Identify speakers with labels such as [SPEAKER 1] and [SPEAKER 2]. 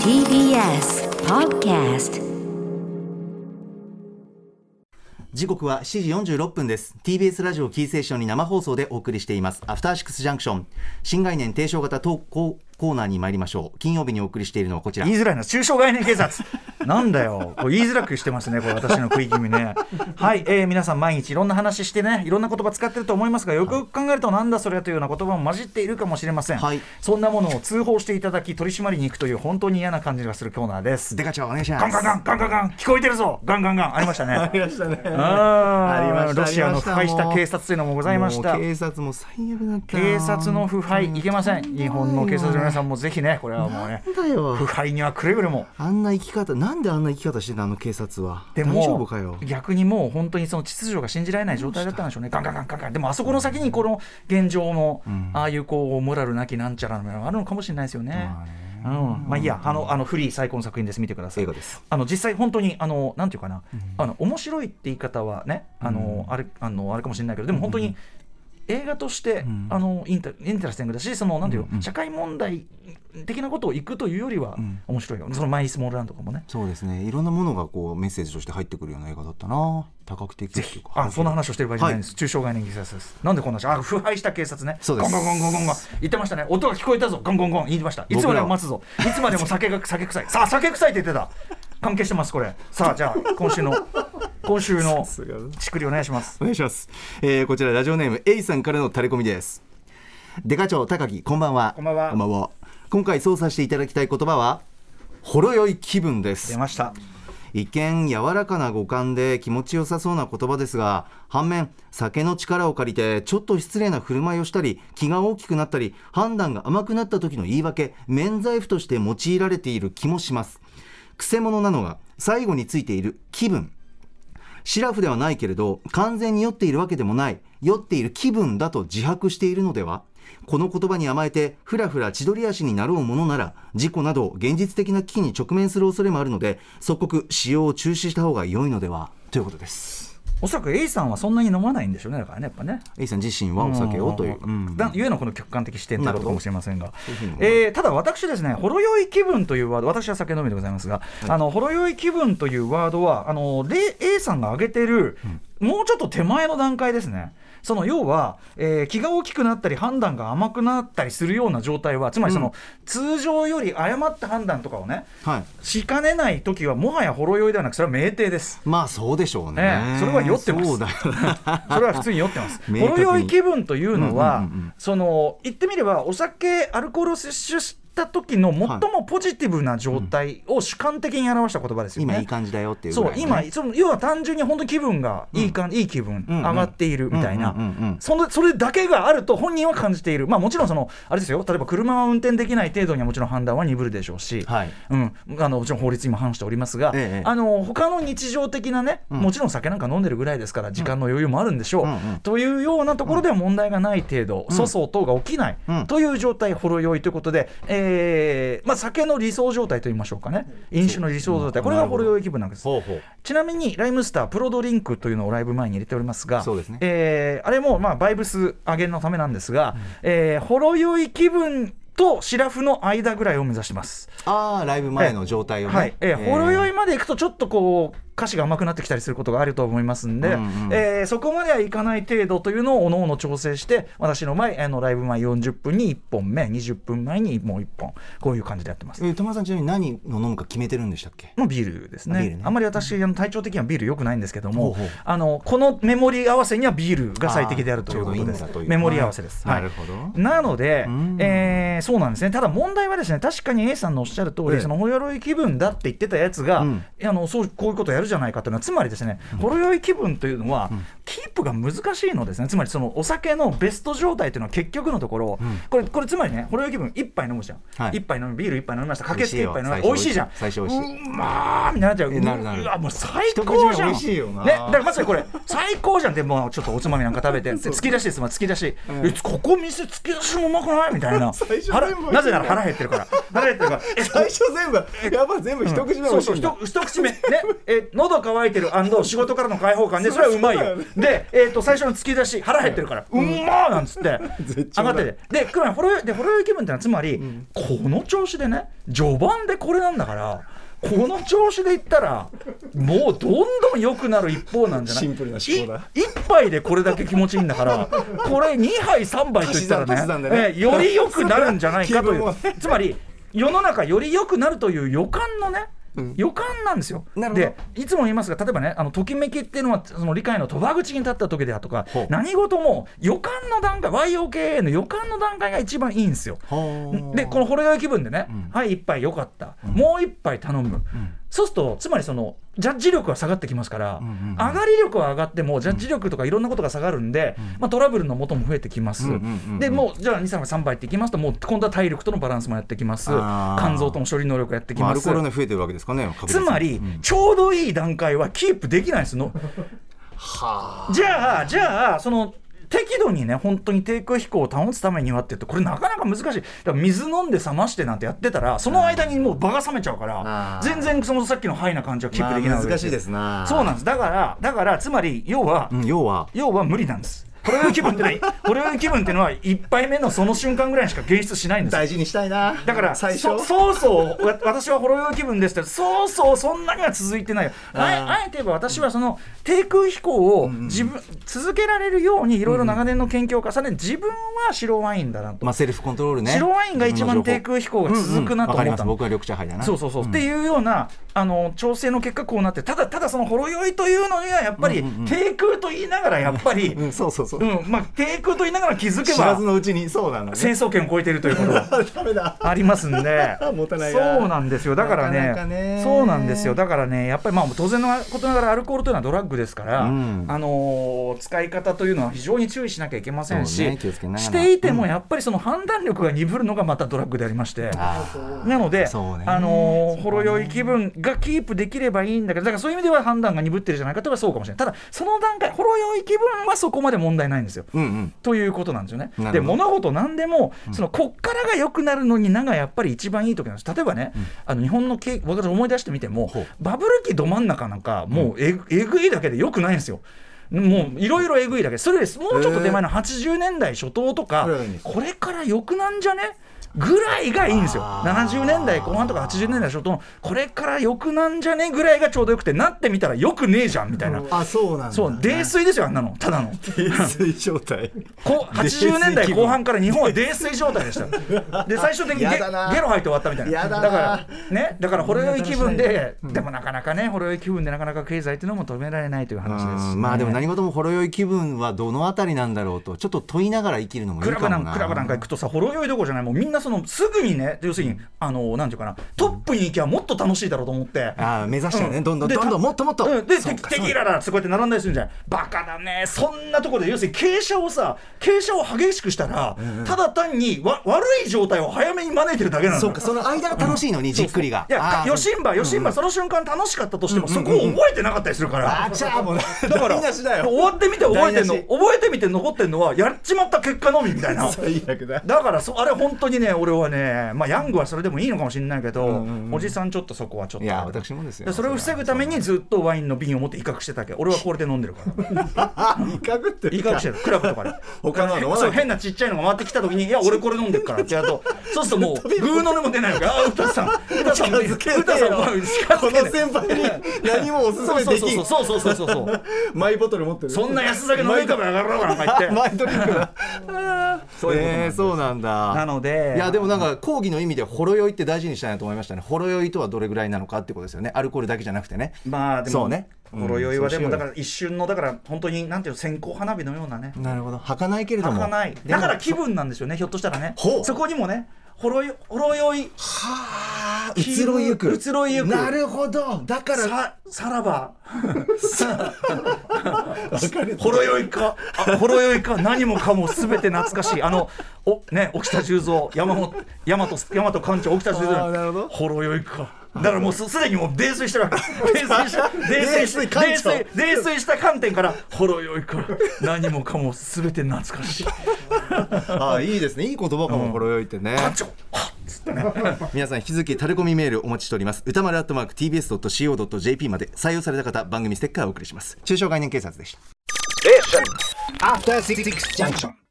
[SPEAKER 1] TBS Podcast
[SPEAKER 2] 時刻は7時46分です TBS ラジオキーセーションに生放送でお送りしていますアフターシックスジャンクション新概念提唱型投稿コーナーに参りましょう金曜日にお送りしているのはこちら
[SPEAKER 3] 言いづらいな中小概念警察なんだよこう言いづらくしてますねこれ私の食い気味ねはい、えー皆さん毎日いろんな話してねいろんな言葉使ってると思いますがよくよく考えるとなんだそれやというような言葉も混じっているかもしれません、
[SPEAKER 2] はい
[SPEAKER 3] そんなものを通報していただき取り締まりに行くという本当に嫌な感じがするコーナーです
[SPEAKER 2] デカちゃんお願いしま
[SPEAKER 3] ガン
[SPEAKER 2] す
[SPEAKER 3] ガンガンガンガンガン聞こえてるぞガンガンガンあり ましたねあ
[SPEAKER 2] りましたねありま
[SPEAKER 3] あ
[SPEAKER 2] し
[SPEAKER 3] ー
[SPEAKER 2] た
[SPEAKER 3] ロシアの腐敗し
[SPEAKER 2] ありま
[SPEAKER 3] た
[SPEAKER 2] した
[SPEAKER 3] 警察というのもございました
[SPEAKER 2] もう警察も最悪だった
[SPEAKER 3] 警察の腐敗いけません日本の警察の皆さ
[SPEAKER 2] ん
[SPEAKER 3] んもぜひねこれはもうね
[SPEAKER 2] だよ
[SPEAKER 3] 腐敗にはくれぐれも
[SPEAKER 2] あんな生き方なんであんな生き方してたあの警察は
[SPEAKER 3] で
[SPEAKER 2] 大丈夫
[SPEAKER 3] も
[SPEAKER 2] かよ
[SPEAKER 3] 逆にもう本当にその秩序が信じられない状態だったんでしょうね、ガンガンガンガンガン、でもあそこの先にこの現状の、ああいうこうモラルなきなんちゃらのものがあるのかもしれないですよね。うん、まあいいや、あの、あのフリー最高の作品です、見てください。
[SPEAKER 2] 映画です
[SPEAKER 3] あの実際本当に、あの、なんていうかな、あの面白いって言い方はね、あの、あれ、あの、あれかもしれないけど、でも本当に。映画として、
[SPEAKER 2] ん
[SPEAKER 3] あのインタインタラスティングだしそのなんていうの、
[SPEAKER 2] うんうん
[SPEAKER 3] 社会問題的なことをいくというよりは、
[SPEAKER 2] ん
[SPEAKER 3] 面白いよそのマイ・スモールランドとかもね
[SPEAKER 2] そうですねいろんなものがこうメッセージとして入ってくるような映画だったな多角的
[SPEAKER 3] ぜ
[SPEAKER 2] ってい
[SPEAKER 3] ひ
[SPEAKER 2] うか
[SPEAKER 3] あそんな話をしてる場合じゃないんです、中小概念警察ですなんでこんな話あ腐敗した警察ね
[SPEAKER 2] そうです
[SPEAKER 3] ゴンゴンゴンゴンゴンゴン言ってましたね音が聞こえたぞゴンゴンゴン言いましたいつまでも待つぞいつまでも酒が 酒臭いさあ酒臭いって言ってた関係してますこれさあじゃあ今 週の今週の
[SPEAKER 2] すがだ
[SPEAKER 3] しくりお願いします
[SPEAKER 2] お願いします、えーこちらラジオネーム A さんからのタレコミですデカ長高木こんばんは
[SPEAKER 3] こんばんは
[SPEAKER 2] 今回操作していただきたい言葉はほろ酔い気分で
[SPEAKER 3] 出
[SPEAKER 2] す
[SPEAKER 3] ました
[SPEAKER 2] 一見柔らかな五感で気持ちよさそうな言葉ですが反面酒の力を借りてちょっと失礼な振る舞いをしたり気が大きくなったり判断が甘くなった時の言い訳免罪符として用いられている気もしますくせ者なのが最後についている気分シラフではないけれど完全に酔っているわけでもない酔っている気分だと自白しているのではこの言葉に甘えてふらふら千鳥足になろうものなら事故など現実的な危機に直面する恐れもあるので即刻使用を中止した方が良いのではということです
[SPEAKER 3] おそらく A さんはそんなに飲まないんでしょうねだからねやっぱね
[SPEAKER 2] A さん自身はお酒をという、うん
[SPEAKER 3] だゆえのこの客観的視点ということかもしれませんが
[SPEAKER 2] そういうふうに思、います
[SPEAKER 3] えーただ私ですね、ほろ酔い気分というワード、私は酒飲みでございますが、あのほろ酔い気分というワードは、あのレ A さんが挙げている、もうちょっと手前の段階ですね。その要は、えー気が大きくなったり判断が甘くなったりするような状態はつまりその、通常より誤った判断とかをね
[SPEAKER 2] はい
[SPEAKER 3] しかねない時はもはやほろ酔いではなくそれは酩酊です。
[SPEAKER 2] まあそうでしょうね、
[SPEAKER 3] ええそれは酔ってます
[SPEAKER 2] そうだよな
[SPEAKER 3] それは普通に酔ってます。
[SPEAKER 2] 明確に
[SPEAKER 3] ほろ酔い気分というのは、
[SPEAKER 2] うんうんうんうん
[SPEAKER 3] その言ってみればお酒アルコールを摂取した時の最もポジティブな状態を主観的に表した言葉ですよね。
[SPEAKER 2] 今いい感じだよっていうぐ
[SPEAKER 3] そ
[SPEAKER 2] ら
[SPEAKER 3] う
[SPEAKER 2] いね
[SPEAKER 3] 今その要は単純に本当に気分がいいか、いい気分
[SPEAKER 2] うんうん
[SPEAKER 3] 上がっているみたいな、
[SPEAKER 2] うんうんうんうん
[SPEAKER 3] そのそれだけがあると本人は感じているまあもちろんそのあれですよ例えば車は運転できない程度にはもちろん判断は鈍るでしょうし、
[SPEAKER 2] はい
[SPEAKER 3] うん、あのもちろん法律にも反しておりますが、
[SPEAKER 2] ええ
[SPEAKER 3] あの他の日常的なね、
[SPEAKER 2] うん
[SPEAKER 3] もちろん酒なんか飲んでるぐらいですから時間の余裕もあるんでしょう、
[SPEAKER 2] うんうん
[SPEAKER 3] というようなところでは問題がない程度、粗相等が起きない、
[SPEAKER 2] うん
[SPEAKER 3] という状態ほろ酔いということで、えーまあ、酒の理想状態といいましょうかね飲酒の理想状態これがほろ酔い気分なんです。
[SPEAKER 2] ほうほう
[SPEAKER 3] ちなみにライムスタープロドリンクというのをライブ前に入れておりますが
[SPEAKER 2] そうですね
[SPEAKER 3] えーあれもまあバイブス上げのためなんですが、えーほろ酔い気分とシラフの間ぐらいを目指してます。
[SPEAKER 2] ああライブ前の状態をね、
[SPEAKER 3] はいえーほろ酔い
[SPEAKER 2] い
[SPEAKER 3] までいくとちょっとこう歌詞が甘くなってきたりすることがあると思いますんで、
[SPEAKER 2] うんうん
[SPEAKER 3] えーそこまではいかない程度というのをおのおの調整して私の前あのライブ前40分に1本目20分前にもう1本こういう感じでやってます。
[SPEAKER 2] えー、玉田さんちなみに何を飲むか決めてるんでしたっけ
[SPEAKER 3] のビールです
[SPEAKER 2] ビール
[SPEAKER 3] ね
[SPEAKER 2] ね
[SPEAKER 3] あんまり私あの体調的にはビール良くないんですけども
[SPEAKER 2] ほうほう
[SPEAKER 3] あのこのメモリー合わせにはビールが最適であるということで
[SPEAKER 2] あーちょうどいい
[SPEAKER 3] す
[SPEAKER 2] んだという
[SPEAKER 3] メモリー合わせです、
[SPEAKER 2] はいなるほど
[SPEAKER 3] なので
[SPEAKER 2] うん、
[SPEAKER 3] えーそうなんですねただ問題はですね確かに A さんのおっしゃる通り、
[SPEAKER 2] ええ
[SPEAKER 3] そのほろ酔い気分だって言ってたやつが、
[SPEAKER 2] うん
[SPEAKER 3] あのそうこういうことやるじゃないかというのはつまりですね、ほろ酔い気分というのは、キープが難しいのですねつまりそのお酒のベスト状態というのは結局のところ、これこれつまりねほろ酔い気分一杯飲むじゃん、
[SPEAKER 2] はい
[SPEAKER 3] 一杯飲むビール一杯飲みましたか
[SPEAKER 2] 美
[SPEAKER 3] け
[SPEAKER 2] 味
[SPEAKER 3] つ
[SPEAKER 2] しい
[SPEAKER 3] け一
[SPEAKER 2] よ
[SPEAKER 3] 杯飲む美味しいじゃん
[SPEAKER 2] 最初美味しいう
[SPEAKER 3] まーみたいになっちゃう
[SPEAKER 2] えなるなる
[SPEAKER 3] うわもう最
[SPEAKER 2] 一
[SPEAKER 3] 高
[SPEAKER 2] 口
[SPEAKER 3] じ
[SPEAKER 2] 目
[SPEAKER 3] ゃん
[SPEAKER 2] 美味しいよな
[SPEAKER 3] ね、だからまさにこれ最高じゃんでもうちょっとおつまみなんか食べて突き出しですまあ突き出し、えここ店突き出しもうまくないみたいな
[SPEAKER 2] 最初の
[SPEAKER 3] 腹
[SPEAKER 2] 一杯も
[SPEAKER 3] なぜなら腹減ってるから誰っていうかえ
[SPEAKER 4] 最初全部やっぱ全部一口目
[SPEAKER 3] そ
[SPEAKER 4] 欲
[SPEAKER 3] う
[SPEAKER 4] し
[SPEAKER 3] そう
[SPEAKER 4] いんだ
[SPEAKER 3] 一一口 目ねえ喉乾いてる仕事からの解放感でそれはうまいよで、えー、と最初の突き出し腹減ってるからうんまーなんつって
[SPEAKER 4] 絶頂
[SPEAKER 3] 上
[SPEAKER 4] だ
[SPEAKER 3] がっててで黒いほろでほろ酔い気分ってのはつまり、この調子でね序盤でこれなんだからこの調子でいったらもうどんどん良くなる一方なんじゃない
[SPEAKER 4] シンプルな思考だ
[SPEAKER 3] い1杯でこれだけ気持ちいいんだからこれ2杯3杯といったら
[SPEAKER 4] 足し算
[SPEAKER 3] ね
[SPEAKER 4] 足し算でね
[SPEAKER 3] えーより良くなるんじゃないかと
[SPEAKER 4] 気分
[SPEAKER 3] いう
[SPEAKER 4] も
[SPEAKER 3] つまり世の中より良くなるという予感のね、予感なんですよ
[SPEAKER 4] なるほど
[SPEAKER 3] でいつも言いますが例えばねあのときめきっていうのはその理解のば口に立った時であとか
[SPEAKER 2] ほう
[SPEAKER 3] 何事も予感の段階 YOKA の予感の段階が一番いいんですよ。
[SPEAKER 2] はあ
[SPEAKER 3] でこのほろ酔い気分でね、はい一杯良かった、もう一杯頼む、そうするとつまりそのジャッジ力は下がってきますから、
[SPEAKER 2] んうんうん
[SPEAKER 3] 上がり力は上がってもジャッジ力とかいろんなことが下がるんで、まあ、トラブルの元も増えてきま
[SPEAKER 2] う
[SPEAKER 3] す、
[SPEAKER 2] んうんうんうん
[SPEAKER 3] でもうじゃあ23杯3杯っていきますともう今度は体力とのバランスもやってきます
[SPEAKER 2] あー
[SPEAKER 3] 肝臓との処理能力やってき
[SPEAKER 2] まあ、ア
[SPEAKER 3] ま
[SPEAKER 2] ル
[SPEAKER 3] す、
[SPEAKER 2] コールね増えてるわけですかね確実
[SPEAKER 3] つ
[SPEAKER 2] に
[SPEAKER 3] まり、
[SPEAKER 2] うん
[SPEAKER 3] ちょうどいい段階はキープできないんですの
[SPEAKER 4] はあ
[SPEAKER 3] じゃあじゃあその適度にね本当に低空飛行を保つためにはって言うとこれなかなか難しいだから水飲んで冷ましてなんてやってたらその間にもう場が冷めちゃうから
[SPEAKER 2] あー
[SPEAKER 3] 全然そのさっきのハイな感じはキープできない
[SPEAKER 2] ま
[SPEAKER 3] わ
[SPEAKER 2] あ
[SPEAKER 3] け
[SPEAKER 2] 難しいですな
[SPEAKER 3] そうなんですだからだからつまり要は、
[SPEAKER 2] うん要は
[SPEAKER 3] 要は無理なんですこれの気分ってないこれの気分ってのは1杯目のその瞬間ぐらいにしか現出しないんですよ
[SPEAKER 4] 大事にしたいな
[SPEAKER 3] だから
[SPEAKER 4] 最
[SPEAKER 3] そ
[SPEAKER 4] 初
[SPEAKER 3] そうそうわ 私はほろ酔い気分ですってそうそうそんなには続いてないよあ
[SPEAKER 4] あー
[SPEAKER 3] あえて言えば私はその低空飛行を自分、続けられるようにいろいろ長年の研究を重ね、自分は白ワインだなと、
[SPEAKER 2] まあ、セルフコントロールね
[SPEAKER 3] 白ワインが一番
[SPEAKER 2] 自
[SPEAKER 3] 低
[SPEAKER 2] 分の
[SPEAKER 3] 空飛行が
[SPEAKER 2] 情報
[SPEAKER 3] 続くなと思
[SPEAKER 2] うんうんわかり
[SPEAKER 3] っ
[SPEAKER 2] ます
[SPEAKER 3] たの
[SPEAKER 2] 僕は緑茶杯だな
[SPEAKER 3] そうそうそう、
[SPEAKER 2] ん
[SPEAKER 3] っていうようなあの調整の結果こうなってただただそのほろ酔いというのにはやっぱり、低空と言いながらやっぱり、
[SPEAKER 4] うんそうそうそう
[SPEAKER 3] うんまあ、低空と言いながら気づけ
[SPEAKER 4] 知ら
[SPEAKER 3] ば
[SPEAKER 4] ずのうちにそうなの
[SPEAKER 3] 成
[SPEAKER 4] ね
[SPEAKER 3] 層圏を超えているということが
[SPEAKER 4] ダメだ
[SPEAKER 3] ありますん で
[SPEAKER 4] 持たないな
[SPEAKER 3] そうなんですよだからね
[SPEAKER 4] なかなかね
[SPEAKER 3] そうなんですよだからねやっぱりまあ当然のことながらアルコールというのはドラッグですから、
[SPEAKER 2] うん
[SPEAKER 3] あのー使い方というのは非常に注意しなきゃいけませんし、
[SPEAKER 2] そうね気をつけながら
[SPEAKER 3] していてもやっぱりその判断力が鈍るのがまたドラッグでありまして。
[SPEAKER 2] あ
[SPEAKER 3] なので、
[SPEAKER 2] そうね
[SPEAKER 3] あのーほろ酔い気分がキープできればいいんだけど、だからそういう意味では判断が鈍ってるじゃないかとはそうかもしれない。ただ、その段階、ほろ酔い気分はそこまで問題ないんですよ。
[SPEAKER 2] ーうんうん
[SPEAKER 3] ということなんですよね
[SPEAKER 2] な。
[SPEAKER 3] で
[SPEAKER 2] るほど
[SPEAKER 3] 物事何でもそのこっからが良くなるのにながやっぱり一番いい時なんです例えばね、あの日本の経私思い出してみても
[SPEAKER 2] ほう
[SPEAKER 3] バブル期ど真ん中なんかもうえ,、えぐいだけで良くないんですよ。もういろいろえぐいだけそれよりもうちょっと手前の80年代初頭と
[SPEAKER 4] こ
[SPEAKER 3] か、
[SPEAKER 4] れがいいんです
[SPEAKER 3] これから良くなんじゃねぐらいがいいんですよ70年代後半とか80年代初頭のこれから良くなんじゃねぐらいがちょうどよくてなってみたらよくねえじゃんみたいな
[SPEAKER 4] あそうなんだ
[SPEAKER 3] そう泥酔ですよあんなのただの。
[SPEAKER 4] 泥酔状態
[SPEAKER 3] こう80年代後半から日本は泥酔状態 でしたで最終的にゲ
[SPEAKER 4] や
[SPEAKER 3] ゲ
[SPEAKER 4] だな
[SPEAKER 3] ロ吐いて終わったみたいな
[SPEAKER 4] やだな
[SPEAKER 3] からねだからほろ酔い気分で、でもなかなかねほろ酔い気分でなかなか経済っていうのも止められないという話で
[SPEAKER 2] う
[SPEAKER 3] す、
[SPEAKER 2] んまあでも
[SPEAKER 3] ね
[SPEAKER 2] 何事もほろ酔い気分はどのあたりなんだろうとちょっと問いながら生きるのもいい
[SPEAKER 3] ク
[SPEAKER 2] か
[SPEAKER 3] ラ
[SPEAKER 2] も
[SPEAKER 3] ブなん
[SPEAKER 2] な
[SPEAKER 3] クラブなんか行くとさほろ酔いどころじゃないもうみんなそのすぐにね要するにあのなんていうかなトップに行きゃもっと楽しいだろうと思って
[SPEAKER 2] ああ目指してね、
[SPEAKER 3] うん
[SPEAKER 2] どんどん
[SPEAKER 3] で
[SPEAKER 2] どんどんもっともっと、
[SPEAKER 3] うん、で
[SPEAKER 2] そう
[SPEAKER 3] テ
[SPEAKER 2] か
[SPEAKER 3] キテキララってこうやって並んだりするんじゃないバカだねそんなところで要するに傾斜をさ傾斜を激しくしたら、ただ単にわ悪い状態を早めに招いてるだけなのよ
[SPEAKER 2] そうかその間が楽しいのに、じっくりが
[SPEAKER 3] いや
[SPEAKER 2] あー
[SPEAKER 3] よしんばよしんばその瞬間楽しかったとしても、そこを覚えてなかったりするから、
[SPEAKER 4] あちゃあもうだ
[SPEAKER 3] だから
[SPEAKER 4] 台無しだよ
[SPEAKER 3] 終わってみて覚えてんの
[SPEAKER 4] 台
[SPEAKER 3] 覚えてみて残ってんのはやっちまった結果のみみた いな。
[SPEAKER 4] 最悪だ
[SPEAKER 3] だからそあれ本当にね俺はねまあヤングはそれでもいいのかもしれないけど、おじさんちょっとそこはちょっと
[SPEAKER 2] いや私もですよ
[SPEAKER 3] でそれを防ぐためにずっとワインの瓶を持って威嚇してたわけど俺はこれで飲んでるから
[SPEAKER 4] 威嚇って
[SPEAKER 3] 威嚇してるクラブとかで
[SPEAKER 4] 他のは飲まない
[SPEAKER 3] そう変なちっちゃいのが回ってきた時に「いや俺これ飲んでるから」ってやるとそうするともうグーの音も出ないのか「ああ歌さん歌さん
[SPEAKER 4] 近づけねえよ
[SPEAKER 3] 歌さんもう近
[SPEAKER 4] この
[SPEAKER 3] づけねえ
[SPEAKER 4] 先輩 に何もおすす
[SPEAKER 3] そう
[SPEAKER 4] め
[SPEAKER 3] そう
[SPEAKER 4] で
[SPEAKER 3] そう
[SPEAKER 4] きん
[SPEAKER 3] そうそうそうそうそう
[SPEAKER 4] マイボトル持ってる
[SPEAKER 3] そんな安酒飲めるかもやがろうかなんか言って
[SPEAKER 4] マイドリンクだ
[SPEAKER 3] そうい
[SPEAKER 2] えー
[SPEAKER 3] うことなんです
[SPEAKER 2] そうなんだ
[SPEAKER 3] なので
[SPEAKER 2] いやでもなんか講義の意味でほろ酔いって大事にしたいなと思いましたねほろ酔いとはどれぐらいなのかってことですよねアルコールだけじゃなくてね
[SPEAKER 3] まあでも
[SPEAKER 2] そうねうん
[SPEAKER 3] ほろ酔いはで
[SPEAKER 2] そ
[SPEAKER 3] も
[SPEAKER 2] うしようよ
[SPEAKER 3] だから一瞬のだから本当になんていうの線香花火のようなね
[SPEAKER 2] なるほど儚いけれども
[SPEAKER 3] 儚かない
[SPEAKER 2] でも
[SPEAKER 3] だから気分なんですよねひょっとしたらね
[SPEAKER 2] ほう
[SPEAKER 3] そこにもねほろよほろ酔い
[SPEAKER 2] はあ移ろいゆく
[SPEAKER 3] 移ろいゆく
[SPEAKER 2] なるほどだから
[SPEAKER 3] ささらば
[SPEAKER 4] わかる
[SPEAKER 3] ほろ酔いか、あほろ酔いか、何もかもすべて懐かしい。あの、お、ね、沖田十三、山本、大和、大和館長、沖田十
[SPEAKER 4] あーなるほど
[SPEAKER 3] 三。ほろ酔いか。だからもうすすでにもう泥酔してるわけ。泥酔した、泥酔し
[SPEAKER 4] 泥酔
[SPEAKER 3] た、
[SPEAKER 4] 館
[SPEAKER 3] 泥
[SPEAKER 4] 長
[SPEAKER 3] 酔、泥酔した観点から、ほろ酔いか。何もかもすべて懐かしい。
[SPEAKER 2] あいいですねいい言葉かも、ほろ酔いってね
[SPEAKER 3] 館長、はっつってね
[SPEAKER 2] 皆さん引き続きタレコミメールお待ちしております歌丸アットマーク TBS.CO.JP まで採用された方番組ステッカーをお送りします中小概念警察でした
[SPEAKER 5] After Six Junction.